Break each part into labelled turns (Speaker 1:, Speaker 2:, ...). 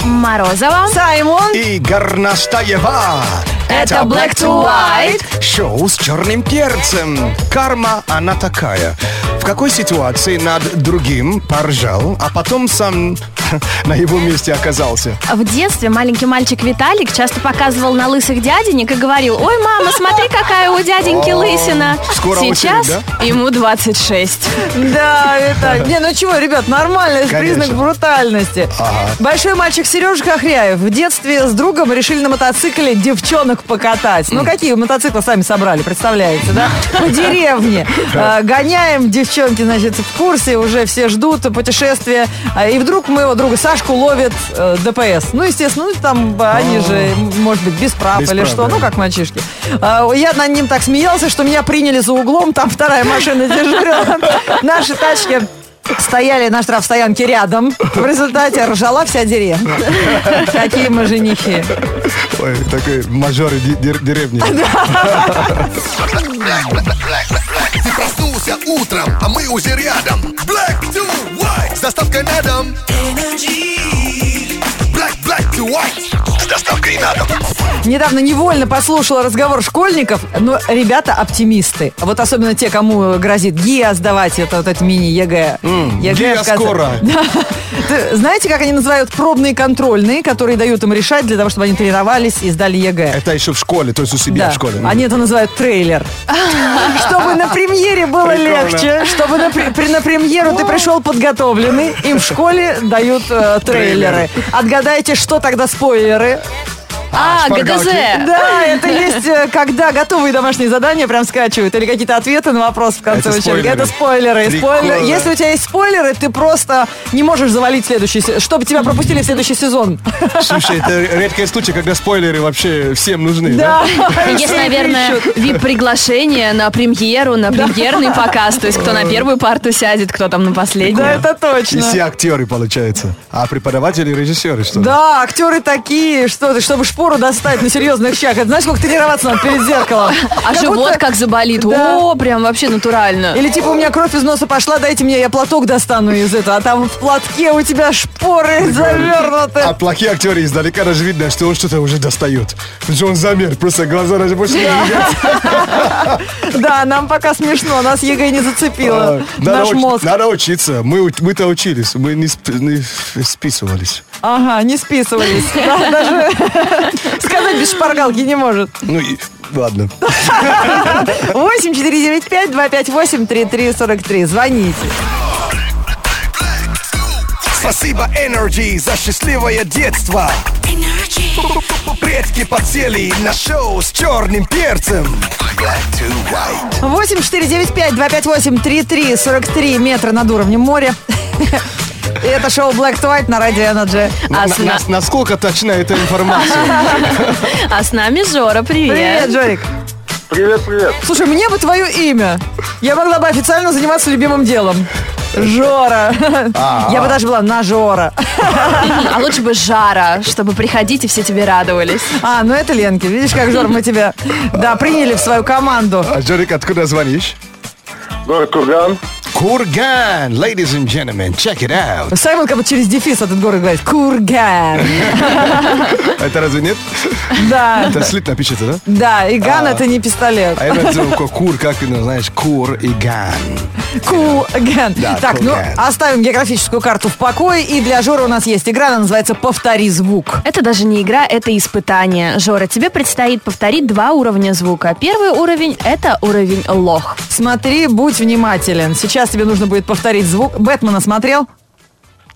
Speaker 1: Морозова.
Speaker 2: Саймон.
Speaker 3: И Горностаева.
Speaker 1: Это Black to White.
Speaker 3: Шоу с черным перцем. Карма, она такая. В какой ситуации над другим поржал, а потом сам на его месте оказался?
Speaker 1: В детстве маленький мальчик Виталик часто показывал на лысых дяденек и говорил, ой, мама, смотри, какая у дяденьки лысина.
Speaker 3: скоро
Speaker 1: Сейчас
Speaker 3: очередь,
Speaker 1: ему 26.
Speaker 2: Да, это... Не, ну чего, ребят, нормально, это
Speaker 3: Конечно.
Speaker 2: признак брутальности. Большой мальчик Сережа Хохряев в детстве с другом решили на мотоцикле девчонок покатать. Ну, какие мотоциклы сами собрали, представляете, да? По деревне. Э, Гоняем, девчонки, значит, в курсе, уже все ждут путешествия. А, И вдруг моего друга Сашку ловит э, ДПС. Ну, естественно, ну, там э, они же, может быть, без прав
Speaker 3: Без
Speaker 2: или
Speaker 3: прав,
Speaker 2: что.
Speaker 3: да.
Speaker 2: Ну, как мальчишки. А, Я над ним так смеялся, что меня приняли за углом, там вторая машина дежурила. Наши тачки стояли на штрафстоянке рядом. В результате ржала вся деревня. Какие мы женихи.
Speaker 3: Ой, такой мажоры де- дер- деревни.
Speaker 4: Ты проснулся утром, а мы уже рядом. Black to white. С доставкой на дом. Black, black to white. С доставкой на дом.
Speaker 2: Недавно невольно послушала разговор школьников, но ребята оптимисты. Вот особенно те, кому грозит ГИА сдавать, это вот это мини-ЕГЭ.
Speaker 3: ГИА
Speaker 2: в конце.
Speaker 3: скоро.
Speaker 2: Да. Ты Знаете, как они называют пробные контрольные, которые дают им решать для того, чтобы они тренировались и сдали ЕГЭ?
Speaker 3: Это еще в школе, то есть у себя
Speaker 2: Да.
Speaker 3: в школе.
Speaker 2: Они это называют трейлер. Чтобы на премьере было
Speaker 3: Прикольно.
Speaker 2: легче, чтобы на, пре- при- на премьеру ты пришел подготовленный, им в школе дают э, трейлеры.
Speaker 3: Трейлеры.
Speaker 2: Отгадайте, что тогда спойлеры.
Speaker 1: А,
Speaker 3: шпаргалки.
Speaker 1: ГДЗ.
Speaker 2: Да, это есть, э, когда готовые домашние задания прям скачивают или какие-то ответы на вопрос в конце
Speaker 3: Это спойлеры.
Speaker 2: учебника. Это спойлеры.
Speaker 3: Прикольно.
Speaker 2: Спойлер- Если у тебя есть спойлеры, ты просто не можешь завалить следующий, се- чтобы тебя пропустили в следующий сезон.
Speaker 3: Слушай, это редкий случай, когда спойлеры вообще всем нужны, да?
Speaker 1: Есть, наверное, вип-приглашение на премьеру, на премьерный показ. То есть кто на первую парту сядет, кто там на
Speaker 2: Да,
Speaker 1: последнюю.
Speaker 2: это
Speaker 3: И
Speaker 2: точно.
Speaker 3: все актеры, получается. А преподаватели и режиссеры, что ли?
Speaker 2: Да, актеры такие, что ты, чтобы шпору достать на серьезных щах. Это знаешь, сколько тренироваться надо перед зеркалом?
Speaker 1: А
Speaker 2: будто-
Speaker 1: живот как заболит.
Speaker 2: Да.
Speaker 1: О, прям вообще натурально.
Speaker 2: Или типа у меня кровь из носа пошла, дайте мне, я платок достану из этого. А там в платке у тебя шпоры завернуты.
Speaker 3: А плохие актеры издалека даже видно, что он что-то уже достает. Потому что он замер, просто глаза даже больше не едят.
Speaker 2: Да, нам пока смешно, нас ЕГЭ не зацепило.
Speaker 3: А, Надо
Speaker 2: Наш
Speaker 3: уч-
Speaker 2: мозг.
Speaker 3: надо учиться. Мы, у- мы-то учились, мы не, сп- не ф- списывались.
Speaker 2: Ага, не списывались. Да, Даже сказать без шпаргалки не может.
Speaker 3: Ну и ладно.
Speaker 2: 8495-258-3343. Звоните.
Speaker 4: Спасибо Energy за счастливое детство. Предки подсели на шоу с черным перцем. Black to white.
Speaker 2: 8495-258-3343. Метр над уровнем моря. И это шоу Black to White на радио Energy.
Speaker 1: А
Speaker 3: На-
Speaker 1: с-
Speaker 3: на- насколько точна эта информация?
Speaker 1: А с нами Жора,
Speaker 2: Привет,
Speaker 1: привет.
Speaker 2: Жорик.
Speaker 5: Привет, привет.
Speaker 2: Слушай, мне бы твое имя. Я могла бы официально заниматься любимым делом. Жора.
Speaker 5: А.
Speaker 2: Я бы даже была на Жора.
Speaker 1: А лучше бы Жара, чтобы приходить и все тебе радовались.
Speaker 2: А, ну это Ленки. Видишь, как, Жор, мы тебя, да, приняли в свою команду.
Speaker 3: А, Жорик, откуда звонишь?
Speaker 5: Город Курган.
Speaker 3: Курган, ladies and gentlemen, check it out.
Speaker 2: Саймон как будто через дефис этот город говорит. Курган.
Speaker 3: А Это разве нет?
Speaker 2: Да.
Speaker 3: Это слит напишется, да?
Speaker 2: Да, и ган это не пистолет.
Speaker 3: А я называю ку- кур, как ты ну, знаешь, кур и ган.
Speaker 2: Курган.
Speaker 3: Да,
Speaker 2: Так, ну
Speaker 3: Курган.
Speaker 2: оставим географическую карту в покое. И для Жора у нас есть игра, она называется «Повтори звук».
Speaker 1: Это даже не игра, это испытание. Жора, тебе предстоит повторить два уровня звука. Первый уровень – это уровень лох.
Speaker 2: Смотри, будь внимателен. Сейчас тебе нужно будет повторить звук. Бэтмена смотрел?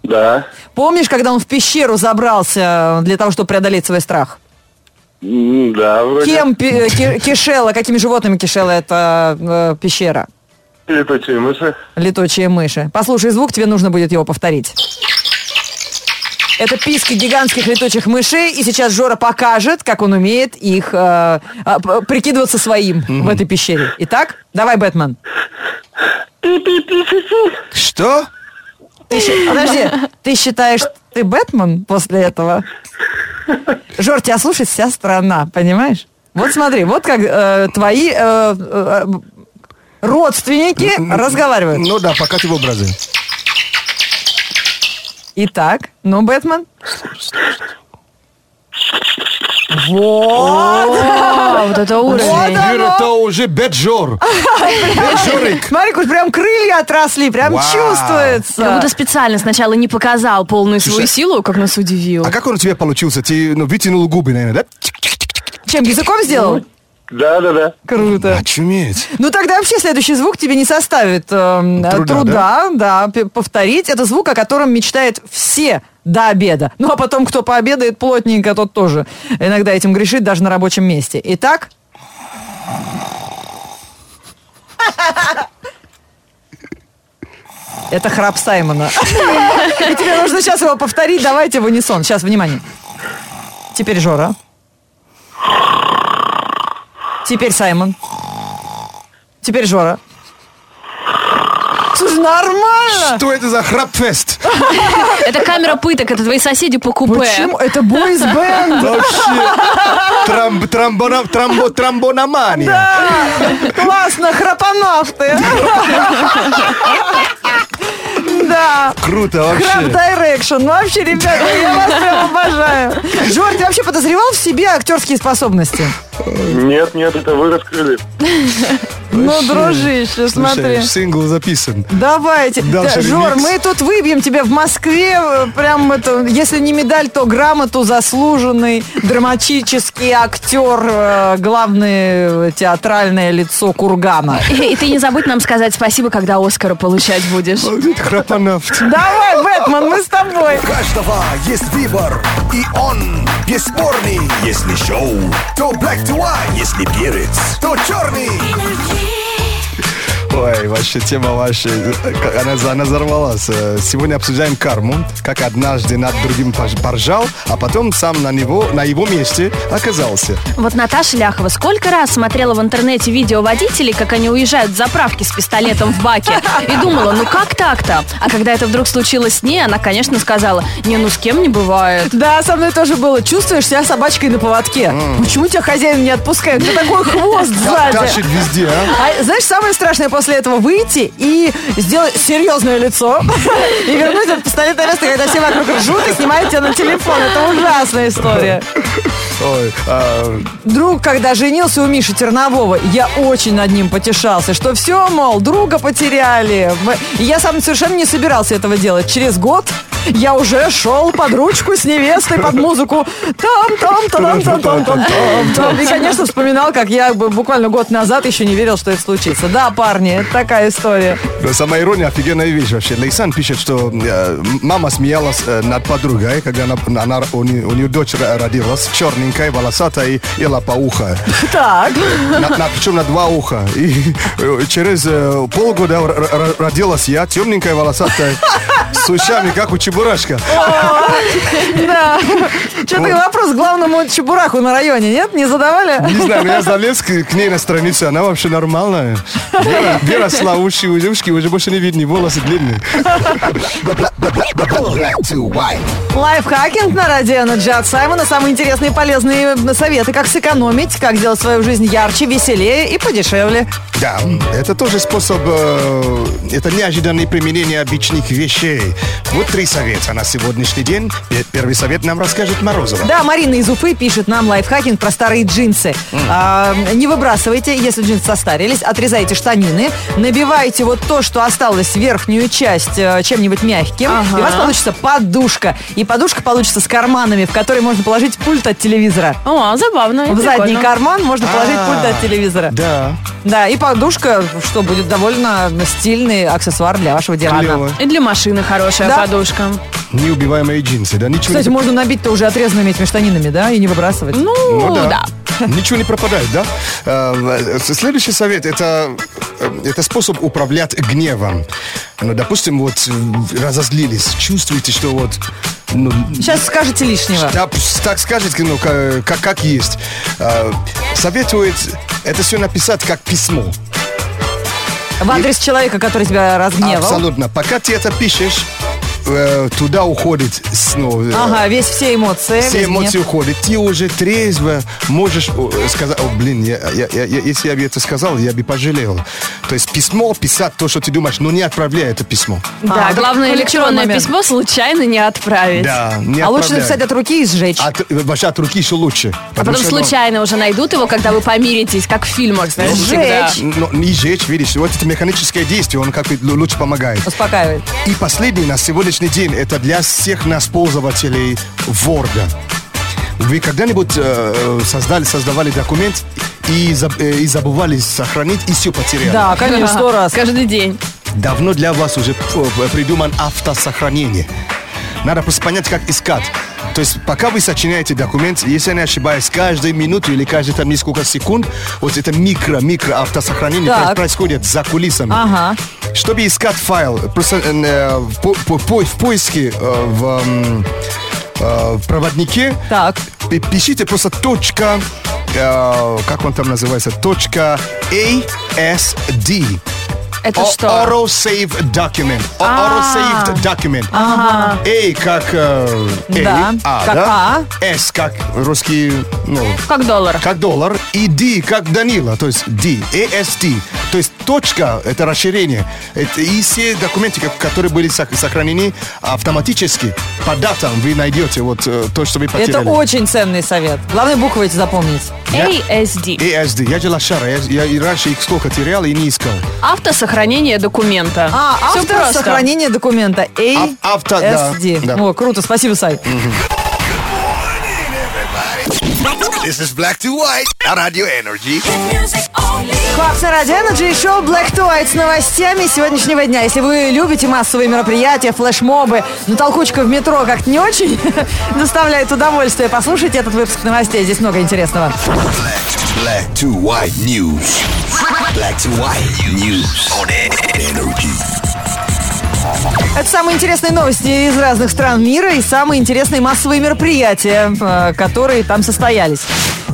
Speaker 5: Да.
Speaker 2: Помнишь, когда он в пещеру забрался э, для того, чтобы преодолеть свой страх?
Speaker 5: М, Да, вроде.
Speaker 2: Кем пе- ки- кишела, какими животными кишела эта э, пещера?
Speaker 5: Летучие мыши.
Speaker 2: летучие мыши. Послушай звук, тебе нужно будет его повторить. Это писки гигантских летучих мышей, и сейчас Жора покажет, как он умеет их э, а, п- прикидываться своим в этой пещере. Итак, давай, Бэтмен.
Speaker 3: Что?
Speaker 2: Ты щи- Подожди, ты считаешь, ты Бэтмен после этого? Жор, тебя слушает вся страна, понимаешь? Вот смотри, вот как э, твои э, э, родственники разговаривают.
Speaker 3: Ну да, пока ты в образе.
Speaker 2: Итак, ну, Бэтмен?
Speaker 1: О, А, вот это уровень.
Speaker 2: оно!
Speaker 3: Э, Юра, это уже беджор. Беджорик.
Speaker 2: Смотри, Кусь, прям крылья отросли, прям
Speaker 3: Вау.
Speaker 1: Как будто
Speaker 2: чувствуется.
Speaker 1: специально сначала не показал полную свою силу, как нас удивил.
Speaker 3: А как он у тебя получился? Ты ну, вытянул губы, наверное, да?
Speaker 2: Чем, языком сделал?
Speaker 5: Да, да, да.
Speaker 2: Круто.
Speaker 3: Очуметь.
Speaker 2: Ну тогда вообще следующий звук тебе не составит эм, э,
Speaker 3: Труда,
Speaker 2: труда, да, пе- повторить. Это звук, о котором мечтают все до обеда. Ну а потом, кто пообедает плотненько, тот тоже иногда этим грешит, даже на рабочем месте. Итак, это храп Саймона. И тебе нужно сейчас его повторить. Давайте в унисон. Сейчас, внимание. Теперь Жора. Теперь Саймон. Теперь Жора. Слушай, нормально!
Speaker 3: Что это за храпфест?
Speaker 1: Это камера пыток, это твои соседи по купе.
Speaker 2: Почему? Это бойз бенд.
Speaker 3: Вообще. Трамб, трамбона, трамбо, трамбономания.
Speaker 2: Классно, храпонавты. Да.
Speaker 3: Круто вообще.
Speaker 2: Храп Дайрекшн. Вообще, ребята, я вас прям обожаю. Жор, ты вообще подозревал в себе актерские способности?
Speaker 5: Нет, нет, это вы раскрыли.
Speaker 2: Ну, дружище,
Speaker 3: Слушай,
Speaker 2: смотри.
Speaker 3: сингл записан.
Speaker 2: Давайте.
Speaker 3: Дальше
Speaker 2: Да, Жор,
Speaker 3: ремикс.
Speaker 2: мы тут выбьем тебя в Москве. э, Прям это, если не медаль, то грамоту заслуженный драматический актер, э, главное э, театральное лицо Кургана.
Speaker 1: И ты не забудь нам сказать спасибо, когда Оскара получать будешь.
Speaker 3: Молодец, храпонавт.
Speaker 2: Давай, Бэтмен, мы с тобой.
Speaker 4: У каждого есть выбор, и он бесспорный. Если шоу, то black to white. Если перец, то черный.
Speaker 3: Ой, вообще тема ваша, э, как она, за- она взорвалась. Э, Сегодня обсуждаем карму, как однажды над другим пож- поржал, а потом сам на него, на его месте оказался.
Speaker 1: Вот Наташа Ляхова сколько раз смотрела в интернете видео водителей, как они уезжают с заправки с пистолетом в баке, и думала, ну как так-то? А когда это вдруг случилось с ней, она, конечно, сказала, не, ну с кем не бывает.
Speaker 2: Да, со мной тоже было. Чувствуешь себя собачкой на поводке. Почему тебя хозяин не отпускает? Ты такой хвост
Speaker 3: Как
Speaker 2: сзади.
Speaker 3: тащит везде, а?
Speaker 2: А знаешь, самое страшное после этого выйти и сделать серьезное лицо и вернуть этот пистолет на место, когда все вокруг ржут и снимают тебя на телефон. Это ужасная история.
Speaker 3: Ой, а,
Speaker 2: Друг, когда женился у Миши Тернового, я очень над ним потешался, что все, мол, друга потеряли. В- и Я сам совершенно не собирался этого делать. Через год я уже шел под ручку с невестой под музыку. Там, там, там, там, там, там, там. И, конечно, вспоминал, как я бы буквально год назад еще не верил, что это случится. Да, парни, это такая история.
Speaker 3: но самая ирония офигенная вещь вообще. Лейсан пишет, что э, мама смеялась э, над подругой, когда она, она- у, нее, у нее дочь ра- родилась, черненькая, волосатая и, и лопоухая.
Speaker 2: Так.
Speaker 3: На- на- причем на два уха. И э, через э, полгода р- р- родилась я, темненькая, волосатая, с ушами, как у чебурашка.
Speaker 2: Да. Что-то вопрос к главному чебураху на районе, нет? Не задавали?
Speaker 3: Не знаю, но я залез к, к ней на страницу, она вообще нормальная. Вера, выросла уши у девушки, уже больше не видно, волосы длинные.
Speaker 4: Black to white.
Speaker 2: Лайфхакинг на радио Energy от Саймона. Самые интересные и полезные советы, как сэкономить, как сделать свою жизнь ярче, веселее и подешевле.
Speaker 3: Да, это тоже способ, э, это неожиданное применение обычных вещей. Вот три совета на сегодняшний день. Пе- Первый совет нам расскажет Морозова.
Speaker 2: Да, Марина из Уфы пишет нам лайфхакинг про старые джинсы. А, не выбрасывайте, если джинсы состарились, отрезайте штанины, набивайте вот то, что осталось, верхнюю часть э, чем-нибудь мягким, и у вас получится подушка. И подушка получится с карманами, в которые можно положить пульт от телевизора.
Speaker 1: О, забавно,
Speaker 2: В задний карман можно положить
Speaker 3: А,
Speaker 2: пульт от телевизора.
Speaker 3: Да,
Speaker 2: Да, и подушка, что будет довольно стильный аксессуар для вашего дивана.
Speaker 3: клево.
Speaker 1: И для машины хорошая
Speaker 2: Да.
Speaker 1: подушка.
Speaker 3: Неубиваемые джинсы, да, ничего не
Speaker 2: Кстати, можно набить-то уже отрезанными этими штанинами, да, и не выбрасывать.
Speaker 1: Ну,
Speaker 3: Ну
Speaker 1: да.
Speaker 3: Ничего не пропадает, да? Э, с- Следующий совет это, э, это способ управлять гневом. Ну, допустим, вот э, разозлились, чувствуете, что вот ну,
Speaker 2: Сейчас скажете лишнего.
Speaker 3: да, пс- так скажете, ну, ка- как, как есть. Э, Советует это все написать как письмо.
Speaker 2: В адрес человека, который тебя разгневал.
Speaker 3: Абсолютно. Пока ты это пишешь, э, туда уходит снова.
Speaker 2: Ага, весь все эмоции.
Speaker 3: Все
Speaker 2: весь
Speaker 3: эмоции
Speaker 2: гнев.
Speaker 3: уходят. Ты уже трезво можешь о, э, сказать, «О, блин, я- я- я- я- если я бы это сказал, я бы пожалел. То есть письмо, писать то, что ты думаешь, но не отправляй это письмо.
Speaker 1: Да,
Speaker 2: А,
Speaker 1: главное
Speaker 2: в электронном
Speaker 1: электронное
Speaker 2: момент.
Speaker 1: письмо случайно не отправить.
Speaker 3: Да, не
Speaker 2: А лучше
Speaker 3: отправляй.
Speaker 2: написать от руки и сжечь.
Speaker 3: От- вообще от руки еще лучше. ну,
Speaker 1: А потом случайно уже найдут его, когда вы помиритесь, как в фильмах, знаешь, всегда.
Speaker 2: Сжечь.
Speaker 3: Но не ну, жечь, видишь, вот это механическое действие, он как бы лу- лучше помогает.
Speaker 2: Успокаивает.
Speaker 3: И последний на сегодняшний день, это для всех нас пользователей Word. Вы когда-нибудь э, создали, создавали документ и, заб- э, и забывали сохранить, и все потеряли?
Speaker 2: Да, конечно, сто раз.
Speaker 1: Каждый день.
Speaker 3: Давно для вас уже п- придуман автосохранение. Надо просто понять, как искать. То есть, пока вы сочиняете документ, если я не ошибаюсь, каждую минуту или каждые там несколько секунд, вот это микро-микро автосохранение
Speaker 2: Так.
Speaker 3: про- происходит за кулисами.
Speaker 2: Ага.
Speaker 3: Чтобы искать файл, просто э, э, в, по- по- по- в поиске э, в, эм, э, в проводнике
Speaker 2: Так.
Speaker 3: пи- пишите просто точка, э, как он там называется, точка ASD.
Speaker 1: Это
Speaker 3: О-
Speaker 1: что?
Speaker 3: Auto Save Document. О- Auto Saved Document. A как э, A,
Speaker 2: Да.
Speaker 3: А,
Speaker 2: Как
Speaker 3: да? S как русский, ну,
Speaker 1: Как доллар.
Speaker 3: как доллар. И D как Данила, то есть D. AST. То есть точка, это расширение. Это и все документы, ко- которые были сох- сохранены автоматически, по датам вы найдете вот э, то, что вы
Speaker 2: Это
Speaker 3: потеряли.
Speaker 2: очень ценный совет. Главное буквы эти запомнить.
Speaker 1: ASD.
Speaker 3: ASD. Я делал шара. Я, я и раньше их сколько терял и не искал.
Speaker 1: Автосохранение документа.
Speaker 2: А,
Speaker 1: Всё
Speaker 2: автор сохранения документа. A,
Speaker 3: Ав- авто, да,
Speaker 2: SD.
Speaker 3: да.
Speaker 2: А, О, круто, спасибо, Сай.
Speaker 4: This is Black to White на Radio Energy.
Speaker 2: Клабс на Радио Energy и шоу Black to White с новостями сегодняшнего дня. Если вы любите массовые мероприятия, флешмобы, но толкучка в метро как-то не очень доставляет удовольствие, послушайте этот выпуск новостей, здесь много интересного.
Speaker 4: Black to White News. Black to White News on Energy.
Speaker 2: Это самые интересные новости из разных стран мира и самые интересные массовые мероприятия, э, которые там состоялись.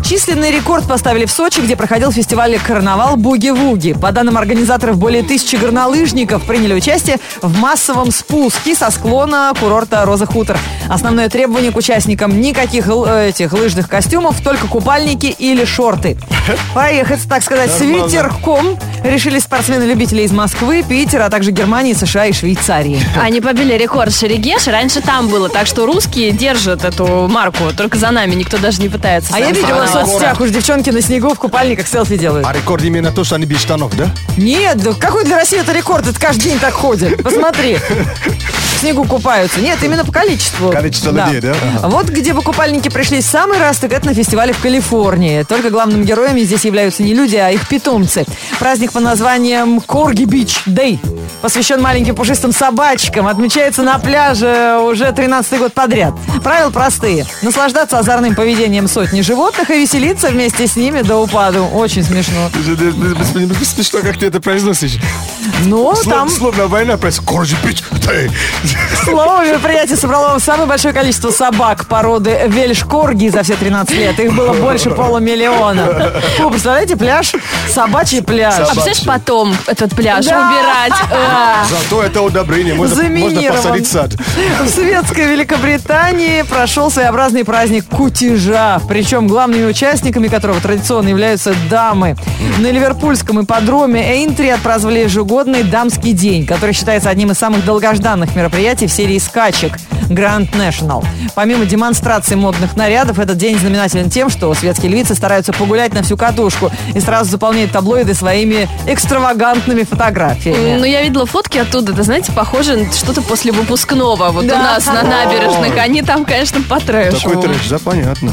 Speaker 2: Численный рекорд поставили в Сочи, где проходил фестиваль «Карнавал Буги-Вуги». По данным организаторов, более тысячи горнолыжников приняли участие в массовом спуске со склона курорта «Роза Хутор». Основное требование к участникам – никаких л- э, этих лыжных костюмов, только купальники или шорты. Поехать, так сказать, с
Speaker 3: Нормально.
Speaker 2: ветерком решили спортсмены-любители из Москвы, Питера, а также Германии, США и Швейцарии.
Speaker 1: Они побили рекорд Шерегеш, раньше там было, так что русские держат эту марку, только за нами никто даже не пытается.
Speaker 2: А
Speaker 1: сам
Speaker 2: я видела в
Speaker 1: соревноваться.
Speaker 2: соцсетях, уж девчонки на снегу в купальниках селфи делают.
Speaker 3: А рекорд именно то, что они без штанов, да?
Speaker 2: Нет, да какой для России это рекорд? Это каждый день так ходит. Посмотри. В снегу купаются. Нет, именно по количеству.
Speaker 3: Количество людей, да? Ага.
Speaker 2: Вот где бы купальники пришли в самый раз, так это на фестивале в Калифорнии. Только главными героями здесь являются не люди, а их питомцы. Праздник под названием Корги Бич Дэй посвящен маленьким пушистым собачкам. Отмечается на пляже уже 13-й год подряд. Правила простые. Наслаждаться озорным поведением сотни животных и веселиться вместе с ними до упаду. Очень смешно.
Speaker 3: ну, Что, как ты это произносишь?
Speaker 2: Но Ну, там...
Speaker 3: Словно война происходит. Коржи пич.
Speaker 2: Слово мероприятие собрало вам самое большое количество собак породы вельшкорги за все 13 лет. Их было больше полумиллиона. Фу, представляете, пляж, собачий пляж.
Speaker 1: А представляешь, потом этот пляж
Speaker 2: Да.
Speaker 1: убирать. А.
Speaker 3: Зато это удобрение. Можно, можно
Speaker 2: Заминирован.
Speaker 3: посадить сад.
Speaker 2: В светской Великобритании прошел своеобразный праздник кутежа, причем главными участниками которого традиционно являются дамы. На ливерпульском ипподроме Эйнтри отпраздновали ежегодный дамский день, который считается одним из самых долгожданных мероприятий в серии скачек Grand National. Помимо демонстрации модных нарядов, этот день знаменателен тем, что светские львицы стараются погулять на всю катушку и сразу заполняют таблоиды своими экстравагантными фотографиями.
Speaker 1: Ну, я видела фотки оттуда, это, знаете, похоже на что-то после выпускного. Вот
Speaker 2: Да.
Speaker 1: у нас на набережных. Они там, конечно, по трэшу.
Speaker 3: Такой трэш, да, понятно.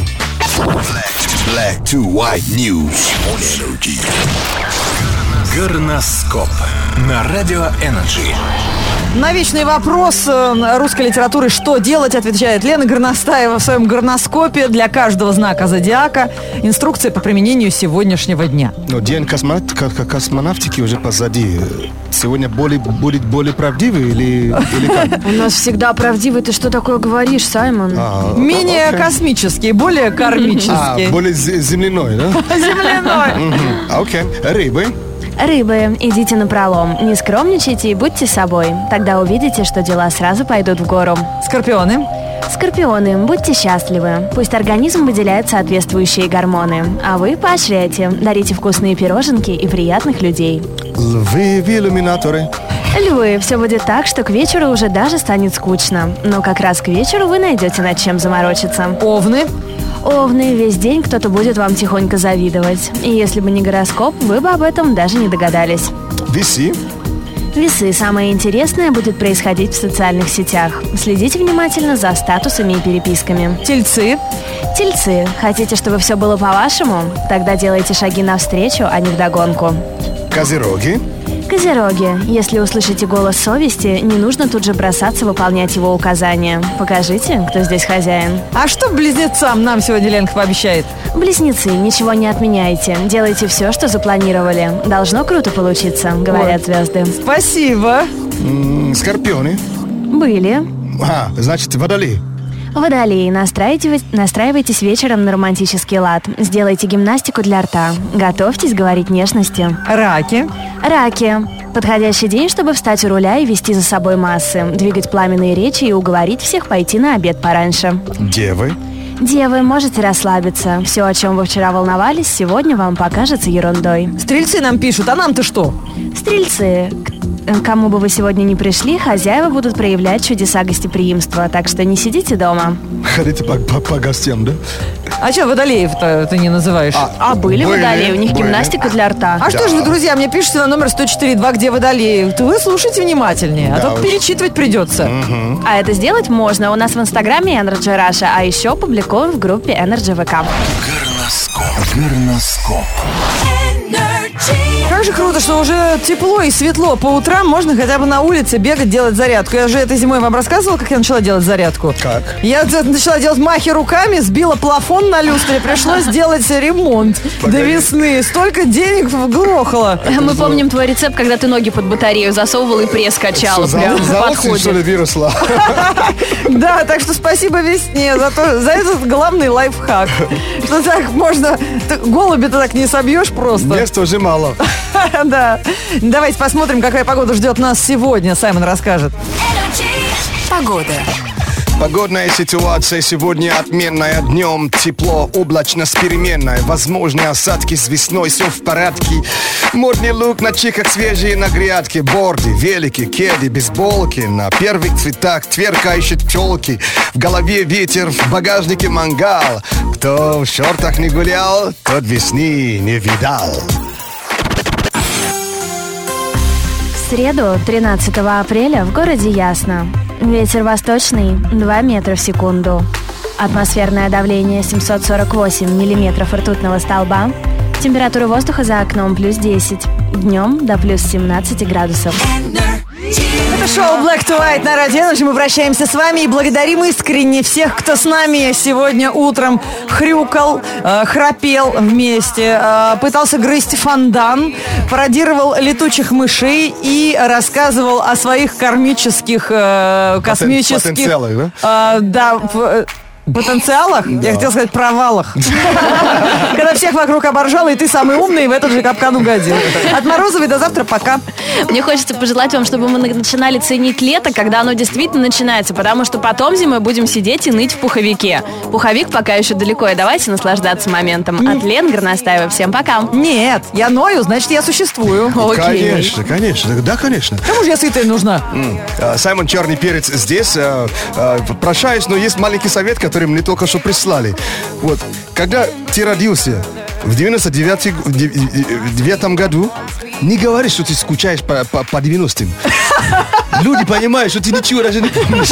Speaker 4: Black to White News on Energy.
Speaker 6: Горноскоп на Радио Энерджи.
Speaker 2: На вечный вопрос э, русской литературы «Что делать?» отвечает Лена Горностаева в своем горноскопе для каждого знака зодиака. Инструкция по применению сегодняшнего дня.
Speaker 3: Но день космонавт- ко- ко- космонавтики уже позади. Сегодня более, будет более правдивый или, или как?
Speaker 1: У нас всегда правдивый. Ты что такое говоришь, Саймон?
Speaker 3: А,
Speaker 2: Менее
Speaker 3: окей.
Speaker 2: космический, более
Speaker 3: А,
Speaker 2: кармический.
Speaker 3: более зе- земляной, да?
Speaker 2: Земляной.
Speaker 3: Мгм. Окей. Рыбы.
Speaker 1: Рыбы, идите на пролом, не скромничайте и будьте собой. Тогда увидите, что дела сразу пойдут в гору.
Speaker 2: Скорпионы.
Speaker 1: Скорпионы, будьте счастливы. Пусть организм выделяет соответствующие гормоны. А вы поощряйте, дарите вкусные пироженки и приятных людей.
Speaker 3: Львы в иллюминаторы.
Speaker 1: Львы, все будет так, что к вечеру уже даже станет скучно. Но как раз к вечеру вы найдете над чем заморочиться.
Speaker 2: Овны.
Speaker 1: Овны, весь день кто-то будет вам тихонько завидовать. И если бы не гороскоп, вы бы об этом даже не догадались.
Speaker 3: Весы.
Speaker 1: Весы. Самое интересное будет происходить в социальных сетях. Следите внимательно за статусами и переписками.
Speaker 2: Тельцы.
Speaker 1: Тельцы. Хотите, чтобы все было по-вашему? Тогда делайте шаги навстречу, а не вдогонку.
Speaker 3: Козероги.
Speaker 1: Козероги. Если услышите голос совести, не нужно тут же бросаться выполнять его указания. Покажите, кто здесь хозяин.
Speaker 2: А что близнецам нам сегодня Ленка пообещает?
Speaker 1: Близнецы, ничего не отменяйте. Делайте все, что запланировали. Должно круто получиться, говорят звезды.
Speaker 2: Спасибо.
Speaker 3: М, Скорпионы.
Speaker 1: Были.
Speaker 3: А, значит, водолей.
Speaker 1: Водолеи, настраивайте- настраивайтесь вечером на романтический лад. Сделайте гимнастику для рта. Готовьтесь говорить нежности.
Speaker 2: Раки.
Speaker 1: Раки. Подходящий день, чтобы встать у руля и вести за собой массы, двигать пламенные речи и уговорить всех пойти на обед пораньше.
Speaker 3: Девы.
Speaker 1: Девы, можете расслабиться. Все, о чем вы вчера волновались, сегодня вам покажется ерундой.
Speaker 2: Стрельцы нам пишут, а нам-то что?
Speaker 1: Стрельцы, к- э, кому бы вы сегодня не пришли, хозяева будут проявлять чудеса гостеприимства, так что не сидите дома.
Speaker 3: Ходите по, по- по гостям, да?
Speaker 2: А что водолеев-то ты не называешь? А,
Speaker 1: А были,
Speaker 3: Были,
Speaker 1: водолеи, у них
Speaker 3: были.
Speaker 1: гимнастика для рта.
Speaker 2: что же вы, друзья, мне пишете на номер 104.2, где водолеи? То Вы слушайте внимательнее,
Speaker 3: Да
Speaker 2: а то
Speaker 3: уж.
Speaker 2: перечитывать придется.
Speaker 1: А это сделать можно у нас в инстаграме Energy Russia, а еще публикуем в группе Energy VK.
Speaker 6: Горноскоп. Горноскоп.
Speaker 2: Как же круто, что уже тепло и светло. По утрам можно хотя бы на улице бегать, делать зарядку. Я же этой зимой вам рассказывала, как я начала делать зарядку.
Speaker 3: Как?
Speaker 2: Я д- начала делать махи руками, сбила плафон на люстре, пришлось делать ремонт до
Speaker 3: Погоди.
Speaker 2: весны. Столько денег вгрохало.
Speaker 1: Мы помним твой рецепт, когда ты ноги под батарею засовывала и пресс качала
Speaker 3: Что,
Speaker 1: прям
Speaker 3: зал-
Speaker 1: в
Speaker 3: зал, что ли,
Speaker 1: подходе.
Speaker 3: вирусла?
Speaker 2: Да, так что спасибо весне за, то, за этот главный лайфхак. Что так можно... ты- Голуби-то так не собьешь просто.
Speaker 3: Места уже мало.
Speaker 2: Да. Давайте посмотрим, какая погода ждет нас сегодня. Саймон расскажет.
Speaker 3: Погодная ситуация сегодня отменная. Днем тепло, облачно с переменной. Возможные осадки с весной, все в порядке. Модный лук на чиках свежие на грядке. Борды, велики, кеды, бейсболки. На первых цветах тверка ищет пчелки. В голове ветер, в багажнике мангал. Кто в шортах не гулял, тот весны не видал.
Speaker 1: В среду, 13 апреля, в городе Ясно. Ветер восточный 2 метра в секунду. Атмосферное давление 748 миллиметров ртутного столба. Температура воздуха за окном плюс 10. Днем до плюс 17 градусов.
Speaker 2: Это шоу Black to White на Радио Energy. Мы прощаемся с вами и благодарим искренне всех, кто с нами сегодня утром хрюкал, э, храпел вместе, э, пытался грызть фондан, пародировал летучих мышей и рассказывал о своих кармических, э, космических...
Speaker 3: потенциалах, да?
Speaker 2: Э, да, в- э, потенциалах? Я хотела сказать провалах. Когда всех вокруг оборжало, и ты самый умный, и в этот же капкан угодил. От Морозовой до завтра, пока.
Speaker 1: Мне хочется пожелать вам, чтобы мы на- начинали ценить лето, когда оно действительно начинается, потому что потом зимой будем сидеть и ныть в пуховике. Пуховик пока еще далеко, и давайте наслаждаться моментом. От Лен Горностаева. Всем пока.
Speaker 2: Нет, я ною, значит, я существую.
Speaker 3: Конечно, конечно, да, конечно.
Speaker 2: Кому же я сытая нужна?
Speaker 3: Э, Саймон Черный Перец здесь. Э, э, Прощаюсь, но есть маленький совет, который мне только что прислали. Вот, когда ты родился в 99 г- в де- в девятом году, не говори, что ты скучаешь по, по, по 90-м. Люди понимают, что ты ничего даже не помнишь.